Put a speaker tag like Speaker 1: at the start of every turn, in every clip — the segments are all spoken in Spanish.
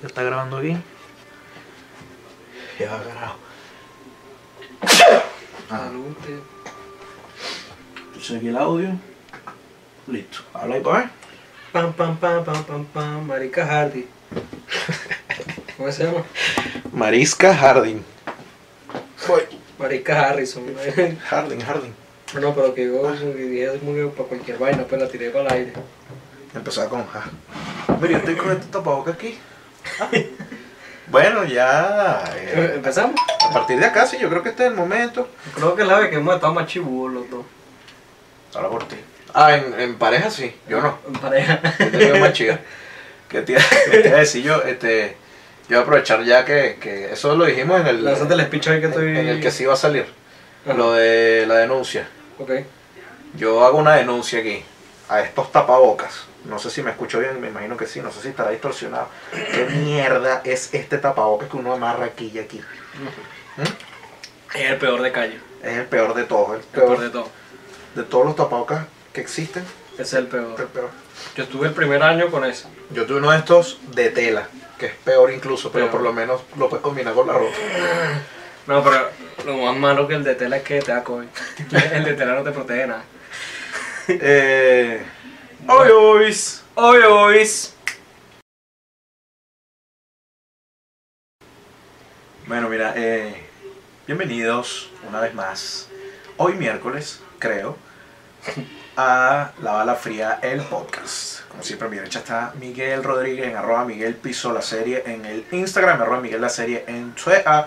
Speaker 1: que está grabando bien.
Speaker 2: Ya, carajo. Ah,
Speaker 3: Salute.
Speaker 2: puse aquí el audio. Listo. Habla ahí para ver.
Speaker 3: Pam, pam, pam, pam, pam, pam. Marica Hardy. ¿Cómo se llama?
Speaker 2: Marisca Harding. Voy.
Speaker 3: Marica Harrison. ¿no?
Speaker 2: Harding, Harding.
Speaker 3: No, pero que yo como que dije es muy para cualquier vaina, pues la tiré para el aire.
Speaker 2: Empezaba con ja. Mira, yo estoy con este tapaboca aquí. bueno, ya.
Speaker 3: Eh,
Speaker 2: eh,
Speaker 3: ¿Empezamos?
Speaker 2: a partir de acá, sí, yo creo que este es el momento.
Speaker 3: Creo que es la vez que hemos estado más chibudos los dos.
Speaker 2: Habla por ti. Ah, en, en pareja sí, yo no.
Speaker 3: En pareja.
Speaker 2: Yo te veo más chica. ¿Qué te, qué te iba a decir yo? Este, yo voy a aprovechar ya que, que eso lo dijimos en el,
Speaker 3: Lánzate el speech ahí que estoy...
Speaker 2: en el que sí va a salir.
Speaker 3: Ajá.
Speaker 2: Lo de la denuncia.
Speaker 3: Ok.
Speaker 2: Yo hago una denuncia aquí a estos tapabocas. No sé si me escucho bien, me imagino que sí, no sé si estará distorsionado. ¿Qué mierda es este tapabocas que uno amarra aquí y aquí? ¿Mm?
Speaker 3: Es el peor de calle.
Speaker 2: Es el peor de todos, el
Speaker 3: El peor
Speaker 2: peor
Speaker 3: de todo.
Speaker 2: de todos los tapabocas que existen.
Speaker 3: Ese es el
Speaker 2: este es
Speaker 3: peor.
Speaker 2: el peor.
Speaker 3: Yo estuve el primer año con ese.
Speaker 2: Yo tuve uno de estos de tela, que es peor incluso, pero
Speaker 3: Peor.
Speaker 2: por lo menos lo puedes combinar con la ropa.
Speaker 3: No, pero lo más malo que el de tela es que te da COVID. el de tela no te protege de nada.
Speaker 2: eh, ¡Oy, oys!
Speaker 3: Oye, boys.
Speaker 2: Bueno, mira, eh, bienvenidos una vez más, hoy miércoles, creo, a La Bala Fría, el podcast. Como siempre, a mi derecha está Miguel Rodríguez en arroba Miguel Piso la serie en el Instagram, arroba Miguel la serie en Twitter. Ah,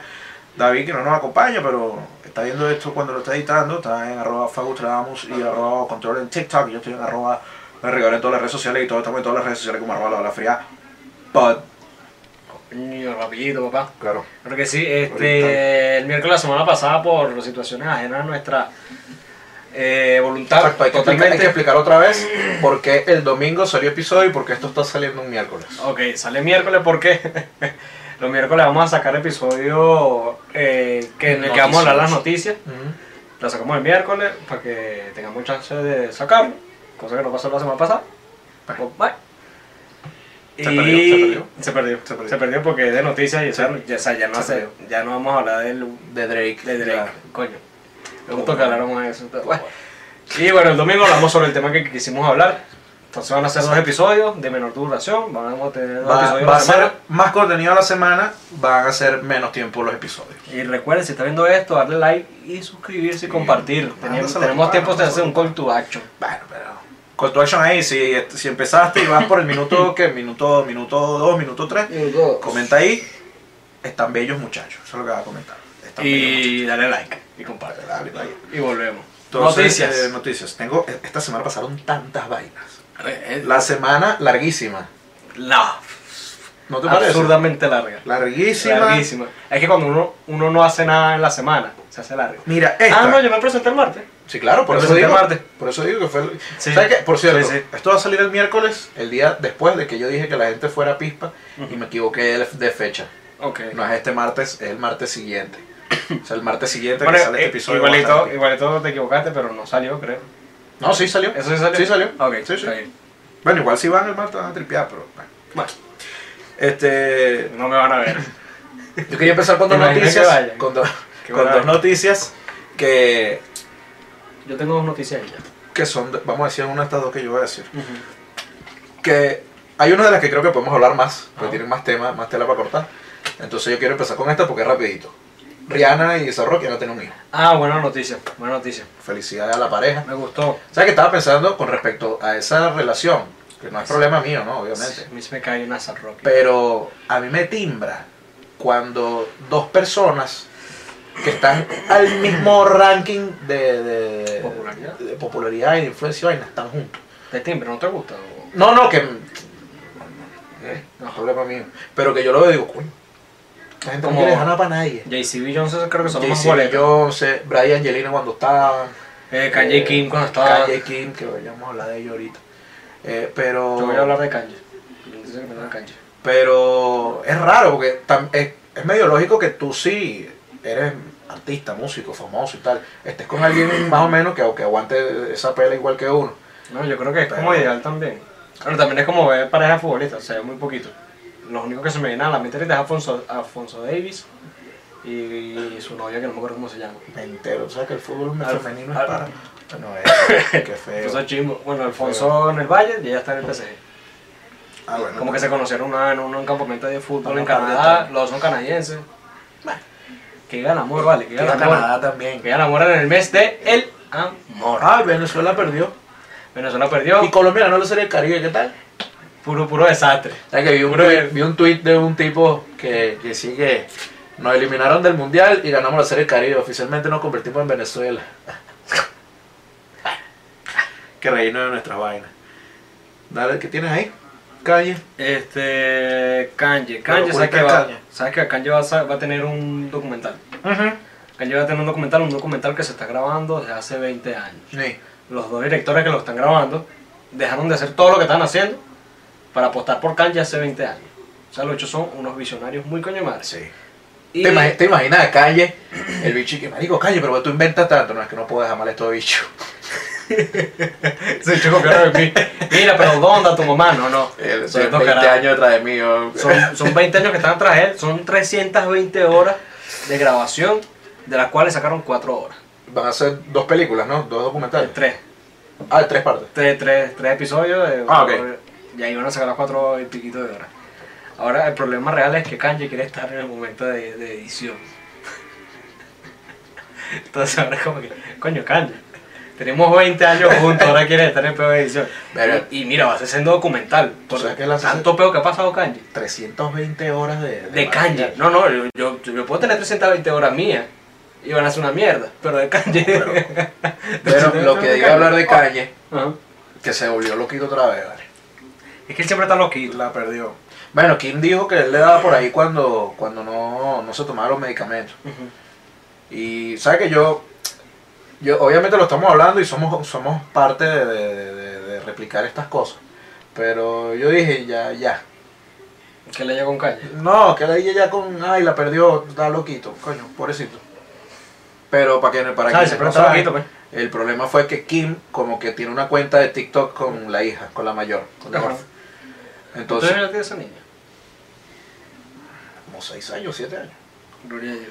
Speaker 2: David, que no nos acompaña, pero está viendo esto cuando lo está editando, está en arroba Fagustradamus y arroba Control en TikTok. Yo estoy en arroba me regalé en todas las redes sociales y todos estamos en todas las redes sociales como arroba La Bala Fría. Pod.
Speaker 3: Niño, rapidito, papá.
Speaker 2: Claro.
Speaker 3: Claro que sí, este,
Speaker 2: Ahorita.
Speaker 3: el miércoles la semana pasada por situaciones ajenas a nuestra eh, voluntad,
Speaker 2: Exacto, hay que, explicar, hay que
Speaker 3: totalmente.
Speaker 2: explicar otra vez por qué el domingo salió episodio y por qué esto está saliendo un miércoles.
Speaker 3: Ok, sale miércoles porque los miércoles vamos a sacar episodio eh, que en el que vamos a hablar las noticias. La sacamos el miércoles para que tengamos chance de sacarlo, cosa que no pasó la semana pasada. Pues, bye.
Speaker 2: Se perdió,
Speaker 3: se perdió. Se perdió. Se perdió porque es de noticias y eso
Speaker 2: Se-
Speaker 3: ya, o sea, ya no
Speaker 2: se
Speaker 3: hace-
Speaker 2: perdió.
Speaker 3: ya no vamos a hablar del,
Speaker 2: De Drake.
Speaker 3: de Drake.
Speaker 2: Ya.
Speaker 3: Coño. Me gusta que habláramos de eso. pero bueno. Y bueno, el domingo hablamos sobre el tema que quisimos hablar. Entonces van a ser dos episodios de menor duración. Vamos a tener dos
Speaker 2: Va,
Speaker 3: episodios
Speaker 2: va
Speaker 3: a
Speaker 2: a
Speaker 3: la semana.
Speaker 2: ser más contenido a la semana, van a ser menos tiempo los episodios.
Speaker 3: Y recuerden, si está viendo esto, darle like y suscribirse y compartir. Tenemos,
Speaker 2: mándaselo a tu
Speaker 3: tenemos
Speaker 2: pana,
Speaker 3: tiempo de hacer
Speaker 2: mándaselo.
Speaker 3: un call to action.
Speaker 2: Bueno, pero. Call to action ahí, si, si empezaste y vas por el minuto que minuto, minuto 2, minuto 3, comenta ahí. Están bellos muchachos. Eso es lo que va a comentar. Están bellos
Speaker 3: Y dale like y comparte.
Speaker 2: muchachos. Dale, dale.
Speaker 3: Y volvemos.
Speaker 2: Entonces,
Speaker 3: Noticias.
Speaker 2: eh, noticias. Tengo, esta semana pasaron tantas vainas.
Speaker 3: Eh, eh,
Speaker 2: La semana larguísima.
Speaker 3: la-
Speaker 2: ¿No te parece?
Speaker 3: absurdamente larga.
Speaker 2: Larguísima.
Speaker 3: Larguísima. Es que cuando uno, uno no hace nada en la semana, se hace largo.
Speaker 2: Mira, esta.
Speaker 3: Ah, no, yo me presenté el martes.
Speaker 2: Sí, claro, por
Speaker 3: Pero
Speaker 2: eso
Speaker 3: se te
Speaker 2: digo.
Speaker 3: martes.
Speaker 2: Por eso digo que fue. el-
Speaker 3: Sí.
Speaker 2: ¿Sabes qué? Por cierto,
Speaker 3: Sí, sí.
Speaker 2: esto va a salir el miércoles, el día después de que yo dije que la gente fuera a pispa y
Speaker 3: Ujú.
Speaker 2: me equivoqué de, de fecha.
Speaker 3: Ok.
Speaker 2: No es este martes, es el martes siguiente. O sea, el martes siguiente
Speaker 3: Bueno,
Speaker 2: que sale
Speaker 3: eh,
Speaker 2: este episodio. va a
Speaker 3: igualito,
Speaker 2: estar aquí.
Speaker 3: igualito te equivocaste, pero no salió, creo.
Speaker 2: No, sí salió.
Speaker 3: ¿Eso sí salió?
Speaker 2: Sí salió.
Speaker 3: Ok,
Speaker 2: Sí, sí.
Speaker 3: está bien.
Speaker 2: Bueno, igual si van el martes van a tripear, pero. bueno.
Speaker 3: Bueno,
Speaker 2: Este.
Speaker 3: no me van a ver.
Speaker 2: Yo quería empezar con dos
Speaker 3: Imagina que
Speaker 2: noticias.
Speaker 3: vayan.
Speaker 2: Con, dos-
Speaker 3: Qué
Speaker 2: con dos
Speaker 3: bravo.
Speaker 2: noticias que,
Speaker 3: Yo tengo dos noticias ahí ya.
Speaker 2: que son. de- Vamos a decir una de estas dos que yo voy a decir. que hay una de las que creo que podemos hablar más, porque
Speaker 3: Ah.
Speaker 2: tienen más temas, más tela para cortar. Entonces yo quiero empezar con esta porque es rapidito. Rihanna y Zorro ya no tienen un hijo.
Speaker 3: Ah, buena noticia, buena noticia.
Speaker 2: Felicidades a la pareja.
Speaker 3: Me gustó.
Speaker 2: ¿Sabes qué estaba pensando con respecto a esa relación? Que no es problema mío, ¿no? Obviamente.
Speaker 3: A mí se me cae una Rocky.
Speaker 2: Pero a mí me timbra cuando dos personas que están al mismo ranking de, de-
Speaker 3: Popularidad.
Speaker 2: de popularidad y de influencia y vaina, están juntos.
Speaker 3: ¿Te timbre? ¿No te gusta? o?
Speaker 2: No, no, que. eh, No, problema mío. Pero que yo lo veo y digo, coño. La gente no
Speaker 3: Como-
Speaker 2: quiere dejar nada para nadie.
Speaker 3: JCB Johnson creo que son los más
Speaker 2: JC
Speaker 3: boletos.
Speaker 2: Jones, Brian Angelina cuando estaba.
Speaker 3: Eh, Kanye Kim cuando estaba.
Speaker 2: Calle Kim, que ya vamos a hablar de ello ahorita. Eh, pero.
Speaker 3: Yo voy a hablar de Kanye. Dice que me da Kanye.
Speaker 2: Pero es raro, porque tam- es, es medio lógico que tú sí eres artista, músico, famoso y tal. Estés con alguien más o menos que, que aguante esa pela igual que uno.
Speaker 3: No, yo creo que es
Speaker 2: Pero-
Speaker 3: como ideal también. Bueno, también es como ver pareja futbolista, o sea, muy poquito. los únicos que se me vienen a la mente ahorita es Afonso, Afonso Davis y, su novia que no me acuerdo cómo se llama.
Speaker 2: Me entero, o sea que el fútbol
Speaker 3: Al-
Speaker 2: femenino
Speaker 3: al-
Speaker 2: es para. No es, qué
Speaker 3: Entonces
Speaker 2: feo.
Speaker 3: chimbo. Bueno, Alfonso en el Valle y ella está en el PSG.
Speaker 2: Ah, bueno.
Speaker 3: Como que se conocieron una, en un, en un campamento de fútbol
Speaker 2: Ah, no,
Speaker 3: en Canadá,
Speaker 2: también.
Speaker 3: los dos son canadienses. Que gana amor, vale, que
Speaker 2: Iba
Speaker 3: gana
Speaker 2: a
Speaker 3: amor.
Speaker 2: Canadá también.
Speaker 3: Que gana amor en el mes de el amor.
Speaker 2: Ah, Venezuela perdió.
Speaker 3: Venezuela perdió,
Speaker 2: Y Colombia ganó la Serie del Caribe, ¿qué tal?
Speaker 3: puro, puro desastre.
Speaker 2: O sea, que vi un,
Speaker 3: Bro,
Speaker 2: tuit,
Speaker 3: el-
Speaker 2: vi un tuit de un tipo que, que sí que nos eliminaron del Mundial y ganamos la Serie del Caribe. Oficialmente nos convertimos en Venezuela. que reino de nuestras vainas. Dale, ¿qué tienes ahí? Calle.
Speaker 3: Este. Kanye.
Speaker 2: Pero
Speaker 3: Kanye, ¿sabes
Speaker 2: cuenta
Speaker 3: que, va,
Speaker 2: Kanye.
Speaker 3: ¿sabes que Kanye va, a sa- va a tener un documental? Kanye va a tener un documental, un documental que se está grabando desde hace 20 años.
Speaker 2: Sí.
Speaker 3: Los dos directores que lo están grabando dejaron de hacer todo lo que estaban haciendo para apostar por Kanye hace 20 años. O sea, los hechos son unos visionarios muy coño madre.
Speaker 2: sí.
Speaker 3: Y-
Speaker 2: ¿Te, imagi- te imaginas a Calle, el bicho y que me digo, Calle, pero tú inventas tanto. No, es que no puedo dejar mal a estos bichos.
Speaker 3: Se echó copiar de mí. Mira, pero ¿dónde a tu mamá? No, no.
Speaker 2: El,
Speaker 3: Son, estos
Speaker 2: 20
Speaker 3: carajos.
Speaker 2: Eh, años detrás de mí. yo-
Speaker 3: Son- son 20 años que están atrás de él. Son 320 horas de grabación, de las cuales sacaron 4 horas.
Speaker 2: Van a ser dos películas, ¿no? Dos documentales.
Speaker 3: 3.
Speaker 2: Este- Ah, tres partes.
Speaker 3: tres, tres, tres episodios. eh,
Speaker 2: Ah, ok.
Speaker 3: Y ahí van a sacar las cuatro y piquito de horas. Ahora, el problema real es que Kanye quiere estar en el momento de, de edición. Entonces ahora es como que, coño, Kanye, tenemos 20 años juntos, ahora quiere estar en el peor de edición.
Speaker 2: Verga.
Speaker 3: Y, y mira, va a ser siendo documental. Por
Speaker 2: sabes que la-
Speaker 3: tanto peo que ha pasado Kanye.
Speaker 2: 320 horas de...
Speaker 3: De Kanye.
Speaker 2: material.
Speaker 3: No, no, yo, yo, yo puedo tener 320 horas mías y van a hacer una mierda, pero de Kanye.
Speaker 2: Pero- Pero lo que diga hablar de Kanye,
Speaker 3: Ajá.
Speaker 2: que se volvió loquito otra vez, ¿vale?
Speaker 3: Es que él siempre está loquito.
Speaker 2: La perdió. Bueno, Kim dijo que él le daba por ahí cuando, cuando no, no se tomaron los medicamentos. Y sabes que yo, yo obviamente lo estamos hablando y somos, somos parte de, de- de- de replicar estas cosas. Pero yo dije, ya, ya.
Speaker 3: Que le llegó un calle.
Speaker 2: No, que la dije ya con, ay, la perdió, da loquito, coño, pobrecito. Pero para que para quienes
Speaker 3: ¿Sabes? Se
Speaker 2: no
Speaker 3: preguntaba
Speaker 2: saben,
Speaker 3: poquito, pues.
Speaker 2: El problema fue que Kim como que tiene una cuenta de TikTok con la hija, con la mayor, con la
Speaker 3: Ajá.
Speaker 2: orfa. Entonces,
Speaker 3: Entonces, ¿Tú esa niña?
Speaker 2: como 6 años, 7 años.
Speaker 3: Gloria a Dios.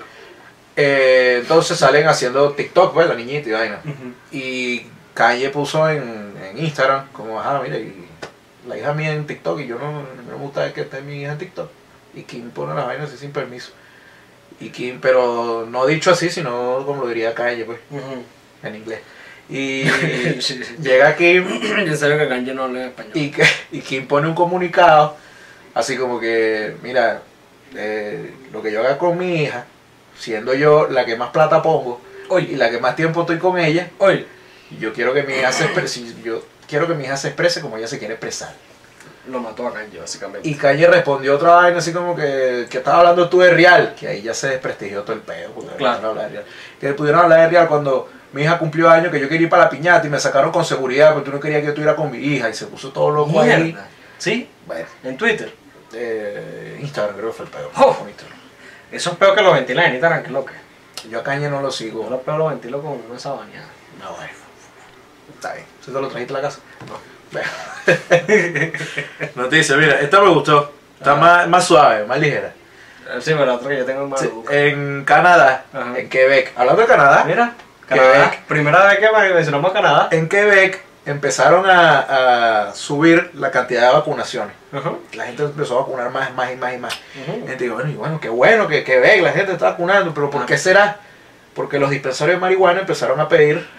Speaker 2: Eh, entonces salen haciendo TikTok, pues, la niñita y vaina. Y Calle puso en, en Instagram, como, ah, mira, y la hija mía en TikTok y yo no, no me gusta que esté mi hija en TikTok. Y Kim pone las vainas así sin permiso. Y Kim, pero no dicho así, sino como lo diría Calle, pues, en inglés. Y
Speaker 3: Sí, sí.
Speaker 2: llega Kim
Speaker 3: Yo sabía que Kanye no habla en español.
Speaker 2: y, que, y Kim pone un comunicado, así como que, mira, eh, lo que yo haga con mi hija, siendo yo la que más plata pongo y
Speaker 3: Oye,
Speaker 2: la que más tiempo estoy con ella,
Speaker 3: oye.
Speaker 2: yo quiero que mi hija se expre- si- yo quiero que mi hija se exprese como ella se quiere expresar.
Speaker 3: Lo mató a Kanye, básicamente.
Speaker 2: Y Kanye respondió otra vaina así como que, que estás hablando tú de Real, que ahí ya se desprestigió todo el pedo, porque
Speaker 3: Claro.
Speaker 2: pudieron hablar de Real. Que pudieron hablar de Real cuando mi hija cumplió años, que yo quería ir para la piñata y me sacaron con seguridad, porque tú no querías que yo estuviera con mi hija y se puso todo loco ahí.
Speaker 3: Mierda. ¿Sí?
Speaker 2: Bueno,
Speaker 3: En Twitter.
Speaker 2: eh, Instagram creo que fue el peor.
Speaker 3: Oh.
Speaker 2: Con Instagram.
Speaker 3: Eso es peor que lo ventilan en Instagram, que loca.
Speaker 2: Yo a Kanye no lo
Speaker 3: Yo
Speaker 2: sigo.
Speaker 3: lo peor lo ventilo con una sabaneada.
Speaker 2: No, bueno. Está bien. ¿Tú te lo trajiste a la casa? No. Noticia, mira, esta me gustó. Está
Speaker 3: Ah.
Speaker 2: más, más suave, más ligera.
Speaker 3: Eh, Sí, eh, pero la otra que yo tengo en
Speaker 2: Sí,
Speaker 3: mano.
Speaker 2: En Canadá,
Speaker 3: Ajá.
Speaker 2: en Quebec. Hablando de Canadá,
Speaker 3: Mira,
Speaker 2: Quebec.
Speaker 3: Canadá. Primera vez que mencionamos a Canadá.
Speaker 2: en Quebec empezaron a, a subir la cantidad de vacunaciones.
Speaker 3: Ajá. Eh,
Speaker 2: La gente empezó a vacunar más, más y más y más. Y te digo, bueno, y bueno, qué bueno que Quebec la gente está vacunando, pero ¿por
Speaker 3: Ah.
Speaker 2: qué será? Porque los dispensarios de marihuana empezaron a pedir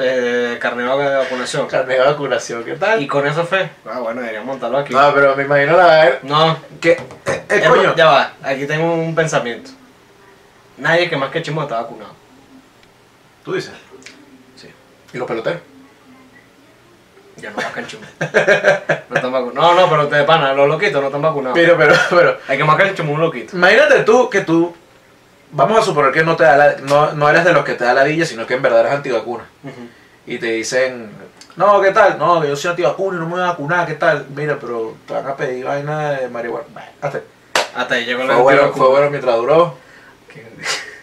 Speaker 3: Eh, carnaval de vacunación.
Speaker 2: carnet de vacunación. ¿Qué tal?
Speaker 3: Y con eso fue. Ah, bueno, deberíamos montarlo aquí.
Speaker 2: No, pero me imagino la
Speaker 3: No,
Speaker 2: que eh, eh,
Speaker 3: Ya,
Speaker 2: coño.
Speaker 3: ya va, aquí tengo un pensamiento. Nadie que más que Chimo está vacunado.
Speaker 2: Tú dices.
Speaker 3: Sí.
Speaker 2: ¿Y los peloteros?
Speaker 3: Ya no más que el Chimo. No están vacunados. No, no, pero te pana, los loquitos no están vacunados.
Speaker 2: Pero, pero, pero.
Speaker 3: Hay que más que el Chimo un loquito.
Speaker 2: Imagínate tú que tú, vamos a suponer que no te da la- no, no eres de los que te da la dilla, sino que en verdad eres antivacuna. Y te dicen, no, ¿qué tal? No, yo soy antivacuna y no me voy a vacunar, ¿qué tal? Mira, pero te van a pedir vaina de marihuana. Bueno, hasta-
Speaker 3: Hasta ahí llegó la
Speaker 2: Fue bueno,
Speaker 3: antivacuna.
Speaker 2: fue bueno mientras duró.
Speaker 3: Que,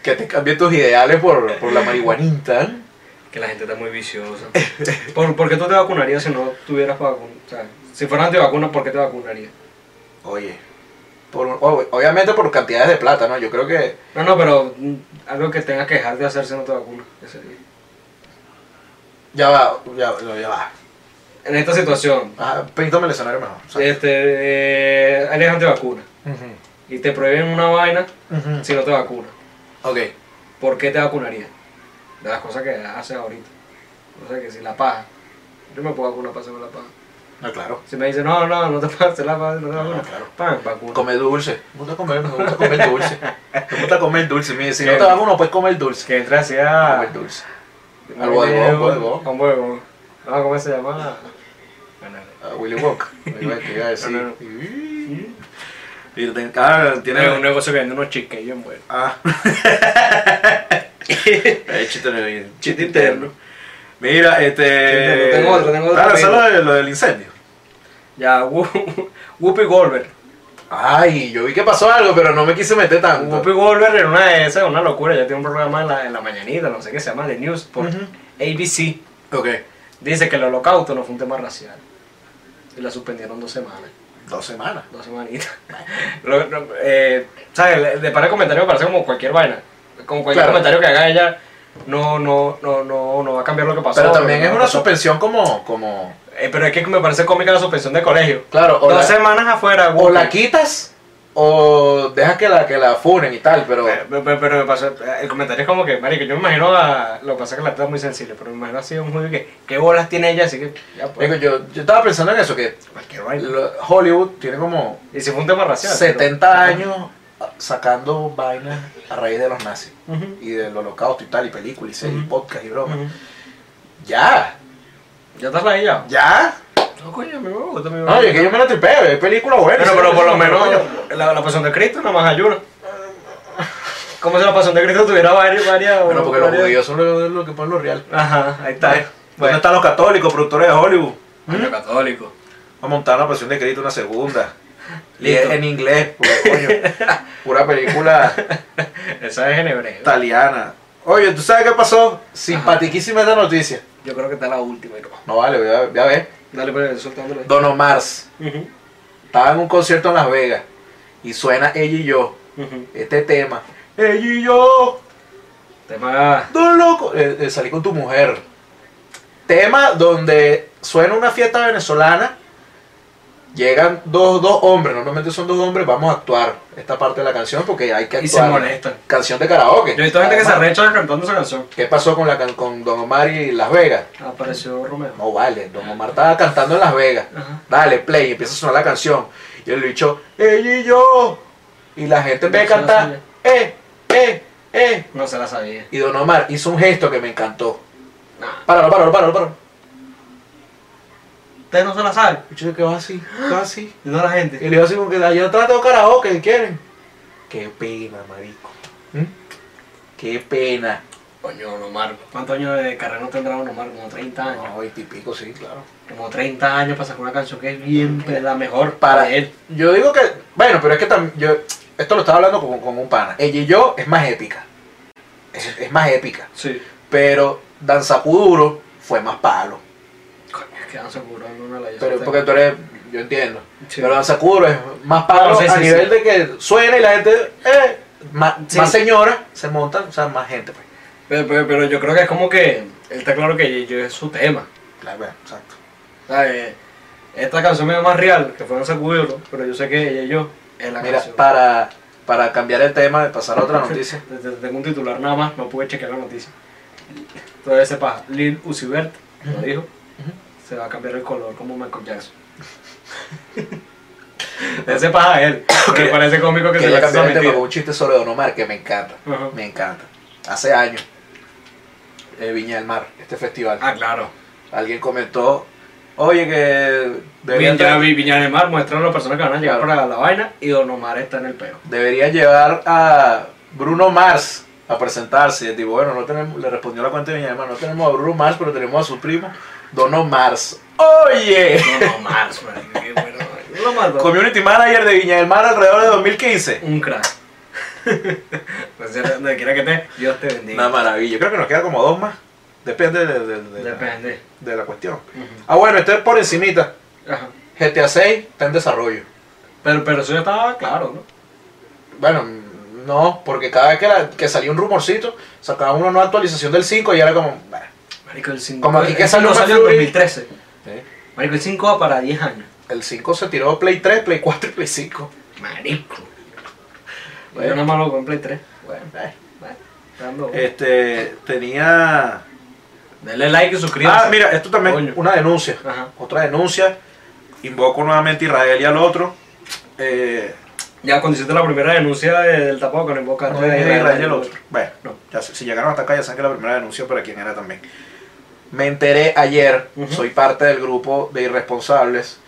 Speaker 2: Que te cambien tus ideales por, por la marihuanita. ¿eh?
Speaker 3: que la gente está muy viciosa. ¿Por, por qué tú te vacunarías si no tuvieras vacuna? O sea, si fueras antivacuna, ¿por qué te vacunarías?
Speaker 2: Oye, por, ob- obviamente por cantidades de plata, ¿no? Yo creo que
Speaker 3: No, no, pero mm, algo que tengas que dejar de hacer si no te vacunas ese día.
Speaker 2: ya va, ya, no, ya va.
Speaker 3: En esta situación,
Speaker 2: Ajá, píntame el escenario mejor. o sea.
Speaker 3: este, eh, eres antivacuna
Speaker 2: Ujú,
Speaker 3: y te prohíben una vaina
Speaker 2: ujú.
Speaker 3: si no te vacunas.
Speaker 2: Ok,
Speaker 3: ¿Por qué te vacunarías? De las cosas que haces ahorita. O sea, que si la paja. Yo me puedo vacunar para hacerme la paja.
Speaker 2: no, claro.
Speaker 3: Si me dicen, no, no, no te puedes hacer la paja, no te
Speaker 2: No,
Speaker 3: vacunas.
Speaker 2: claro.
Speaker 3: Pan, vacuna.
Speaker 2: Come dulce. Me gusta comer, me gusta comer dulce. Me gusta comer dulce. Mire, si no
Speaker 3: ¿Qué?
Speaker 2: te vacuno, puedes comer dulce.
Speaker 3: Que entra hacia...
Speaker 2: Comer dulce. Algo de
Speaker 3: Willy
Speaker 2: Bob, algo de Bob.
Speaker 3: Algo de Bob. Ah, ¿Cómo se llama?
Speaker 2: A Ah, Willy Wonka. Me iba a- te iba a decir.
Speaker 3: No, no, no.
Speaker 2: Y ten- ah, tiene
Speaker 3: Tiene un negocio que vende unos chiquillos buenos.
Speaker 2: Ah. Eh, chiste, chiste interno. Mira, este.
Speaker 3: Tengo otro, tengo otro
Speaker 2: Ah,
Speaker 3: también.
Speaker 2: solo de- lo del incendio.
Speaker 3: Ya, Who- Whoopi Goldberg.
Speaker 2: Ay, yo vi que pasó algo, pero no me quise meter
Speaker 3: Whoopi Goldberg era una de esas, una locura. Ya tiene un programa en la, en la mañanita, no sé qué se llama, de News por
Speaker 2: Ujú.
Speaker 3: ABC.
Speaker 2: Ok.
Speaker 3: Dice que el holocausto no fue un tema racial. Y la suspendieron dos semanas.
Speaker 2: Dos semanas.
Speaker 3: Dos semanitas. Lo- lo- eh, ¿Sabes? De para el comentario me parece como cualquier vaina. Como cualquier
Speaker 2: Claro.
Speaker 3: comentario que haga ella, no, no, no, no, no va a cambiar lo que pasó.
Speaker 2: Pero también
Speaker 3: lo que
Speaker 2: es
Speaker 3: no
Speaker 2: una
Speaker 3: pasó.
Speaker 2: suspensión como. como
Speaker 3: Eh, pero es que me parece cómica la suspensión de colegio.
Speaker 2: claro, o
Speaker 3: Dos
Speaker 2: la,
Speaker 3: semanas afuera,
Speaker 2: o
Speaker 3: Whoopi.
Speaker 2: la quitas o dejas que la, que la funen y tal, pero.
Speaker 3: Eh, Pero, pero- pero me pasó- eh, el comentario es como que, marico, yo me imagino a... Lo que pasa es que la tía es muy sensible, pero me imagino así un judío que... ¿Qué bolas tiene ella? Así que, ya pues,
Speaker 2: Digo, yo, yo estaba pensando en eso, que
Speaker 3: cualquier vaina.
Speaker 2: lo- Hollywood tiene como
Speaker 3: Y si fue un tema racial. pero-
Speaker 2: 70 años sacando vainas a raíz de los nazis.
Speaker 3: Ujú.
Speaker 2: y del holocausto y tal, y películas, y series, y
Speaker 3: Ujú.
Speaker 2: podcast y broma.
Speaker 3: Ujú.
Speaker 2: Ya,
Speaker 3: ¿Ya estás ladillado?
Speaker 2: ya.
Speaker 3: No, coño, me gusta, me
Speaker 2: Oye, que yo me lo tripeo, es película buena.
Speaker 3: Bueno,
Speaker 2: sí,
Speaker 3: pero por lo
Speaker 2: sí,
Speaker 3: menos
Speaker 2: coño.
Speaker 3: la, la pasión de Cristo nada más ayuda. Como si la pasión de Cristo tuviera varios... varias
Speaker 2: Bueno, porque los
Speaker 3: varias-
Speaker 2: judíos son los, los que ponen lo real.
Speaker 3: Ajá, ahí está.
Speaker 2: ¿Dónde están los católicos, productores de Hollywood?
Speaker 3: Bueno, católico.
Speaker 2: Vamos a montar la pasión de Cristo una segunda. Y
Speaker 3: Listo.
Speaker 2: es en inglés, porque, coño, pura película
Speaker 3: Esa es en hebreo.
Speaker 2: italiana. Oye, ¿tú sabes qué pasó? Simpatiquísima esta noticia.
Speaker 3: Yo creo que está la última y no.
Speaker 2: No vale, voy a, voy a ver.
Speaker 3: Dale, pues, pero soltándole.
Speaker 2: Don Omar's estaba en un concierto en Las Vegas y suena ella y yo este tema. Ella y yo,
Speaker 3: Tema.
Speaker 2: Don Loco. Eh, eh, salí con tu mujer. Tema donde suena una fiesta venezolana. Llegan dos, dos hombres, normalmente son dos hombres, vamos a actuar esta parte de la canción porque hay que actuar.
Speaker 3: Y se molestan.
Speaker 2: Canción de karaoke.
Speaker 3: Yo he visto gente que se
Speaker 2: Además,
Speaker 3: arrecha cantando esa canción.
Speaker 2: ¿Qué pasó con, la, can- con Don Omar y Las Vegas?
Speaker 3: Apareció Romeo.
Speaker 2: No vale, Don Omar estaba cantando en Las Vegas.
Speaker 3: Ajá.
Speaker 2: Dale, play, y empieza a sonar la canción. Y el bicho, ella y yo. Y la gente empieza a
Speaker 3: No se la
Speaker 2: cantar, eh, eh, eh.
Speaker 3: No se la sabía.
Speaker 2: Y Don Omar hizo un gesto que me encantó.
Speaker 3: Nah.
Speaker 2: Páralo, páralo, páralo, páralo.
Speaker 3: Ustedes no se la saben.
Speaker 2: Yo que va así, que va así.
Speaker 3: Y no la
Speaker 2: Y
Speaker 3: gente.
Speaker 2: le digo así como que allá atrás tengo karaoke, ¿qué quieren? Qué pena, marico. ¿Mm? Qué pena.
Speaker 3: Coño, Nomar. ¿Cuántos años de carrera no tendrá Nomar? Como 30 años.
Speaker 2: No, y pico, sí, claro.
Speaker 3: Como 30 años para sacar una canción que es bien pero la mejor
Speaker 2: Para
Speaker 3: para él.
Speaker 2: Yo digo que, bueno, pero es que también, yo, esto lo estaba hablando con, con un pana. Ella y yo es más épica. Es, es más épica.
Speaker 3: Sí.
Speaker 2: Pero Danza Puduro fue más palo.
Speaker 3: Coño, es que dan seguro en una de las
Speaker 2: Pero porque tú eres, yo entiendo.
Speaker 3: Sí.
Speaker 2: Pero Danza Kuduro es más palo
Speaker 3: No, sí,
Speaker 2: a
Speaker 3: sí,
Speaker 2: nivel
Speaker 3: sí.
Speaker 2: de que suena y la gente, eh, más,
Speaker 3: Sí.
Speaker 2: más señoras se montan, o sea, más gente. Pues.
Speaker 3: Pero, pero- pero yo creo que es como que. Él está claro que yo- es su tema.
Speaker 2: Claro, bueno, exacto.
Speaker 3: O sea, eh, esta canción me da más real, que fue en Sacudirlo, pero yo sé que ella y yo es la
Speaker 2: Mira,
Speaker 3: canción.
Speaker 2: para, para cambiar el tema, pasar a otra noticia.
Speaker 3: Te- te- Tengo un titular nada más, no pude chequear la noticia. Todavía sepa, Lil Uzi Vert lo dijo, se va a cambiar el color como Michael Jackson. Ese paja él, pero me
Speaker 2: Quería-
Speaker 3: parece cómico que se
Speaker 2: Quería
Speaker 3: le hace
Speaker 2: cambiar el tema
Speaker 3: mentira.
Speaker 2: con un chiste sobre Don Omar que me encanta.
Speaker 3: Ajá.
Speaker 2: Me encanta. Hace años, eh, Viña del Mar, este festival.
Speaker 3: Ah, claro.
Speaker 2: Alguien comentó, oye, que deberían,
Speaker 3: Viña,
Speaker 2: tra-
Speaker 3: Vi- Viña del Mar muestran a las personas que van a llegar
Speaker 2: Claro.
Speaker 3: para la vaina y Don Omar está en el peo.
Speaker 2: deberían llevar a Bruno Mars a presentarse. Y digo, bueno, no tenemos, le respondió la cuenta de Viña del Mar, no tenemos a Bruno Mars, pero tenemos a su primo, Don Omar. Oye,
Speaker 3: Don Omar, marico, qué bueno. Lo mató.
Speaker 2: community manager de Viña del Mar alrededor de 2015.
Speaker 3: un crack. Pues, donde quiera que esté, Dios te bendiga.
Speaker 2: Una maravilla. Yo creo que nos quedan como dos más. Depende de, de- de- de la,
Speaker 3: Depende.
Speaker 2: de la cuestión. Ah, bueno, este es por encimita.
Speaker 3: Ajá.
Speaker 2: GTA 6 está en desarrollo.
Speaker 3: Pero, pero eso ya estaba claro, ¿no?
Speaker 2: Bueno, no, porque cada vez que, la- que salía un rumorcito, sacaba una nueva actualización del 5 y era como. "Bah".
Speaker 3: Marico, el 5
Speaker 2: Como aquí que salió
Speaker 3: salió en
Speaker 2: Mercury.
Speaker 3: 2013. Marico, el 5 va para 10 años.
Speaker 2: El 5 se tiró Play 3, Play 4 y Play 5.
Speaker 3: Marico.
Speaker 2: Bueno.
Speaker 3: Yo nada más lo compré el 3.
Speaker 2: Bueno, eh.
Speaker 3: Bueno, dando-
Speaker 2: Este, tenía. Eh,
Speaker 3: Denle like y suscríbanse.
Speaker 2: Ah, mira, esto también,
Speaker 3: Coño.
Speaker 2: una denuncia.
Speaker 3: Ajá.
Speaker 2: Otra denuncia. Invoco nuevamente a Israel y al otro. Eh,
Speaker 3: Ya cuando hiciste la primera denuncia del tapado con el boca
Speaker 2: no, de Israel y al otro. Bueno,
Speaker 3: No.
Speaker 2: ya, si si llegaron hasta acá ya saben que la primera denuncia para quién era también. Me enteré ayer,
Speaker 3: Ujú.
Speaker 2: soy parte del grupo de irresponsables,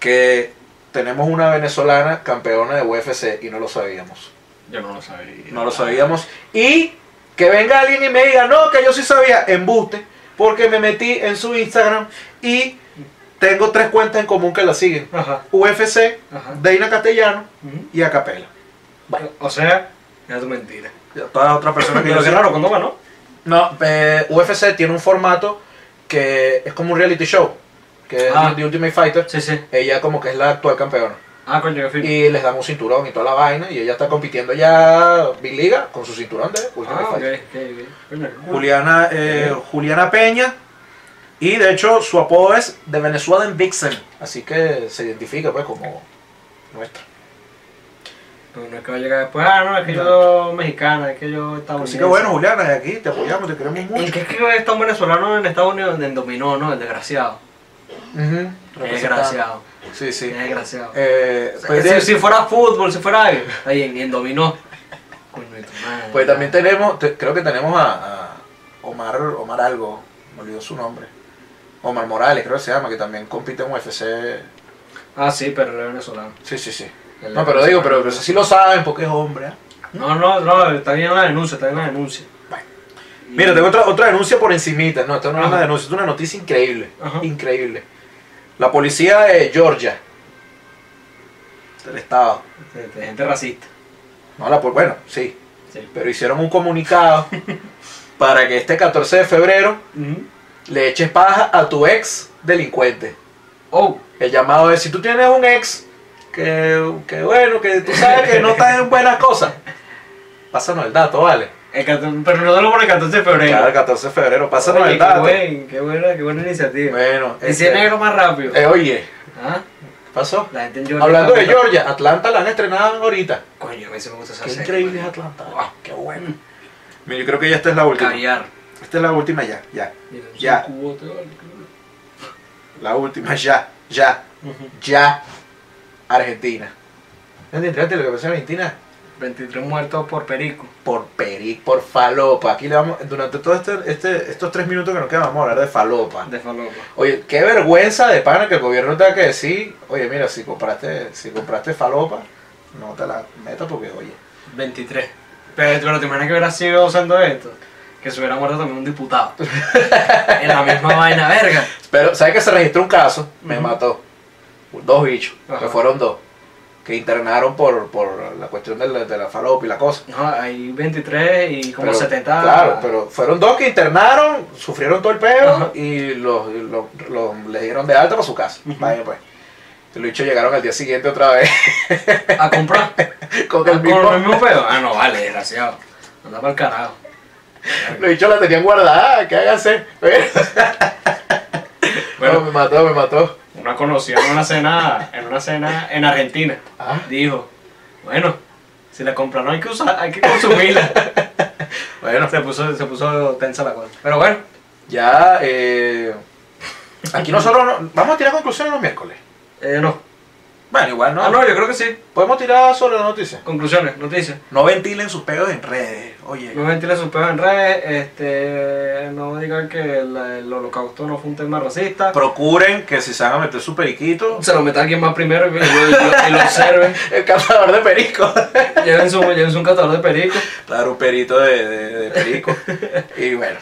Speaker 2: que tenemos una venezolana campeona de UFC y no lo sabíamos.
Speaker 3: Yo no lo sabía.
Speaker 2: No lo sabíamos. Y que venga alguien y me diga, no, que yo sí sabía, embuste, porque me metí en su Instagram y tengo tres cuentas en común que la siguen.
Speaker 3: Ajá.
Speaker 2: UFC,
Speaker 3: Ajá.
Speaker 2: Deina Castellano
Speaker 3: Ujú.
Speaker 2: y Acapela.
Speaker 3: O sea, era tu mentira.
Speaker 2: Todas otras personas que yo
Speaker 3: Pero qué
Speaker 2: sigo.
Speaker 3: raro, ¿cuándo ganó?
Speaker 2: No, eh, UFC tiene un formato que es como un reality show, que es
Speaker 3: Ah.
Speaker 2: The Ultimate Fighter.
Speaker 3: Sí, sí.
Speaker 2: Ella como que es la actual campeona.
Speaker 3: Ah, coño, yo fui.
Speaker 2: Y les dan un cinturón y toda la vaina. Y ella está compitiendo ya Big Liga con su cinturón de Ultimate
Speaker 3: Ah, ok, ok,
Speaker 2: Fighter.
Speaker 3: ok. Coño, qué cool.
Speaker 2: Juliana, eh, Juliana Peña. Y de hecho su apodo es The Venezuelan Vixen. Así que se identifica pues como nuestra.
Speaker 3: No, no es que va a llegar después. Ah, no, es que yo mexicana, es que yo estadounidense.
Speaker 2: Así que bueno, Juliana, de aquí te apoyamos, te queremos mucho.
Speaker 3: ¿En qué escribe está un venezolano en Estados Unidos? En dominó, ¿no? El desgraciado.
Speaker 2: Ujú,
Speaker 3: El
Speaker 2: representando.
Speaker 3: desgraciado.
Speaker 2: Sí, sí.
Speaker 3: El desgraciado.
Speaker 2: Eh, pues,
Speaker 3: Pues si, si fuera fútbol, si fuera algo. Ahí en, en dominó. Coño, de tu madre.
Speaker 2: pues también tenemos, te- creo que tenemos a, a Omar, Omar algo, me olvidó su nombre. Omar Morales, creo que se llama, que también compite en UFC.
Speaker 3: Ah, sí, pero él es venezolano.
Speaker 2: Sí, sí, sí.
Speaker 3: Él
Speaker 2: No,
Speaker 3: es
Speaker 2: pero
Speaker 3: venezolano.
Speaker 2: digo, pero, pero eso sí lo saben porque es hombre. ¿eh?
Speaker 3: No, no, no, está bien la denuncia, está bien la denuncia.
Speaker 2: Bueno.
Speaker 3: Y-
Speaker 2: Mira, tengo otra, otra denuncia por encimita. No, esta no es una
Speaker 3: Ajá.
Speaker 2: denuncia, esta es una noticia increíble.
Speaker 3: Ajá.
Speaker 2: Increíble. La policía de Georgia. Del estado.
Speaker 3: De, de gente racista.
Speaker 2: No, la pol- bueno, sí.
Speaker 3: Sí.
Speaker 2: Pero hicieron un comunicado para que este 14 de febrero
Speaker 3: Ujú.
Speaker 2: le eches paja a tu ex delincuente.
Speaker 3: Oh,
Speaker 2: El llamado es, si tú tienes un ex que, que bueno, que tú sabes que no está en buenas cosas, pásanos el dato, ¿vale?
Speaker 3: el 14 pero no lo pone el 14 de febrero.
Speaker 2: Claro, el 14 de febrero, pásanos
Speaker 3: Oye,
Speaker 2: el dato.
Speaker 3: Qué, buen- qué, buena, qué buena iniciativa.
Speaker 2: Bueno,
Speaker 3: y si es
Speaker 2: este,
Speaker 3: negro más rápido.
Speaker 2: eh, oye,
Speaker 3: ¿Ah?
Speaker 2: ¿qué pasó?
Speaker 3: La gente en Georgia.
Speaker 2: Hablando de Georgia, Atlanta la han estrenado ahorita.
Speaker 3: Coño, a mí sí me gusta esa
Speaker 2: Qué
Speaker 3: serie.
Speaker 2: increíble es
Speaker 3: marico.
Speaker 2: Atlanta.
Speaker 3: Ah,
Speaker 2: qué bueno. Mira, yo creo que ya esta es la última.
Speaker 3: Caviar.
Speaker 2: Esta es la última ya, ya. Ya. La última ya, ya,
Speaker 3: Ujú.
Speaker 2: ya. Argentina. ¿No entendiste lo que pasó en Argentina?
Speaker 3: 23 muertos por perico.
Speaker 2: por peri, por falopa. Aquí le vamos, durante todos este, este- estos tres minutos que nos quedan, vamos a hablar de falopa.
Speaker 3: De falopa.
Speaker 2: Oye, qué vergüenza de pana que el gobierno tenga que decir, oye, mira, si compraste, si compraste falopa, no te la metas porque, oye,
Speaker 3: 23. Pero, pero te imaginas que hubiera sido usando esto. Que se hubiera muerto también un diputado. en la misma vaina, verga.
Speaker 2: Pero, ¿sabes que se registró un caso? Me
Speaker 3: Ujú.
Speaker 2: mató. Dos bichos,
Speaker 3: Ajá.
Speaker 2: que fueron dos, que internaron por, por la cuestión de la, de la falopa y la cosa.
Speaker 3: No, hay 23 y como
Speaker 2: Pero,
Speaker 3: 70.
Speaker 2: Claro, pero fueron dos que internaron, sufrieron todo el peo
Speaker 3: Ajá.
Speaker 2: y los, y los- los- les dieron de alta para su casa.
Speaker 3: Ujú.
Speaker 2: Vaya pues. Y Los bichos llegaron al día siguiente otra vez
Speaker 3: A comprar.
Speaker 2: con
Speaker 3: Ah,
Speaker 2: el mismo.
Speaker 3: Con el mismo pedo. Ah, no, vale, desgraciado. Anda para el carajo.
Speaker 2: Los bichos la tenían guardada, que háganse. No,
Speaker 3: Bueno,
Speaker 2: me mató, me mató.
Speaker 3: una conocida en una cena, en una cena en Argentina.
Speaker 2: Ah.
Speaker 3: Dijo, bueno, si la compra no hay que usar, hay que consumirla.
Speaker 2: Bueno,
Speaker 3: se puso, se puso tensa la cosa. Pero bueno,
Speaker 2: ya. eh, aquí nosotros no- vamos a tirar conclusiones los miércoles.
Speaker 3: eh, no.
Speaker 2: Bueno, igual
Speaker 3: Ah, no, yo creo que sí.
Speaker 2: Podemos tirar sobre la noticia.
Speaker 3: Conclusiones, noticias.
Speaker 2: No ventilen sus pedos en redes. Oye,
Speaker 3: No ventilen sus pedos en redes, este, no digan que la- el holocausto no fue un tema racista.
Speaker 2: procuren que si se van a meter su periquito,
Speaker 3: se lo meta alguien más primero y, y- y- y lo observen.
Speaker 2: el cazador de perico.
Speaker 3: Lleven su, lleven su catador de perico.
Speaker 2: Claro, un perito de, de- de perico. y bueno,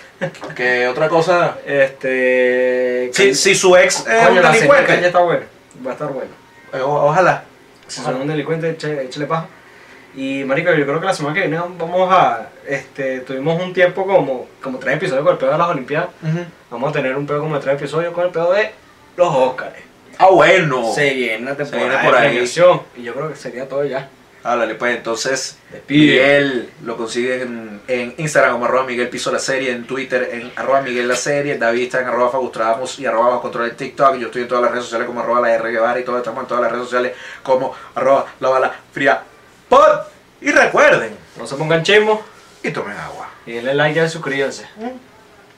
Speaker 2: que otra cosa.
Speaker 3: Este.
Speaker 2: Si, si su ex es
Speaker 3: Coño,
Speaker 2: un
Speaker 3: la señal de calle
Speaker 2: delincuente,
Speaker 3: está buena. Va a estar buena.
Speaker 2: eh, o- ojalá.
Speaker 3: Si son un delincuente, eche- échale paja. Y marico, yo creo que la semana que viene vamos a. Este, tuvimos un tiempo como, como tres episodios con el pedo de las Olimpiadas.
Speaker 2: Ujú.
Speaker 3: Vamos a tener un pedo como de tres episodios con el pedo de los Óscares.
Speaker 2: Ah, bueno.
Speaker 3: Se viene la temporada
Speaker 2: viene por
Speaker 3: de
Speaker 2: ahí.
Speaker 3: premiación. Y yo creo que sería todo ya.
Speaker 2: Háblale, pues entonces.
Speaker 3: Despide.
Speaker 2: Miguel lo consigue en, en Instagram como arroba Miguel Piso la serie, en Twitter en arroba Miguel la serie, David está en arroba Fagustramos y arroba Bajo Control en TikTok. Yo estoy en todas las redes sociales como arroba la R Guevara y todos estamos en todas las redes sociales como arroba la bala fría pod. Y recuerden,
Speaker 3: No se pongan chismos
Speaker 2: y tomen agua.
Speaker 3: y denle like y suscríbanse.
Speaker 2: Mm.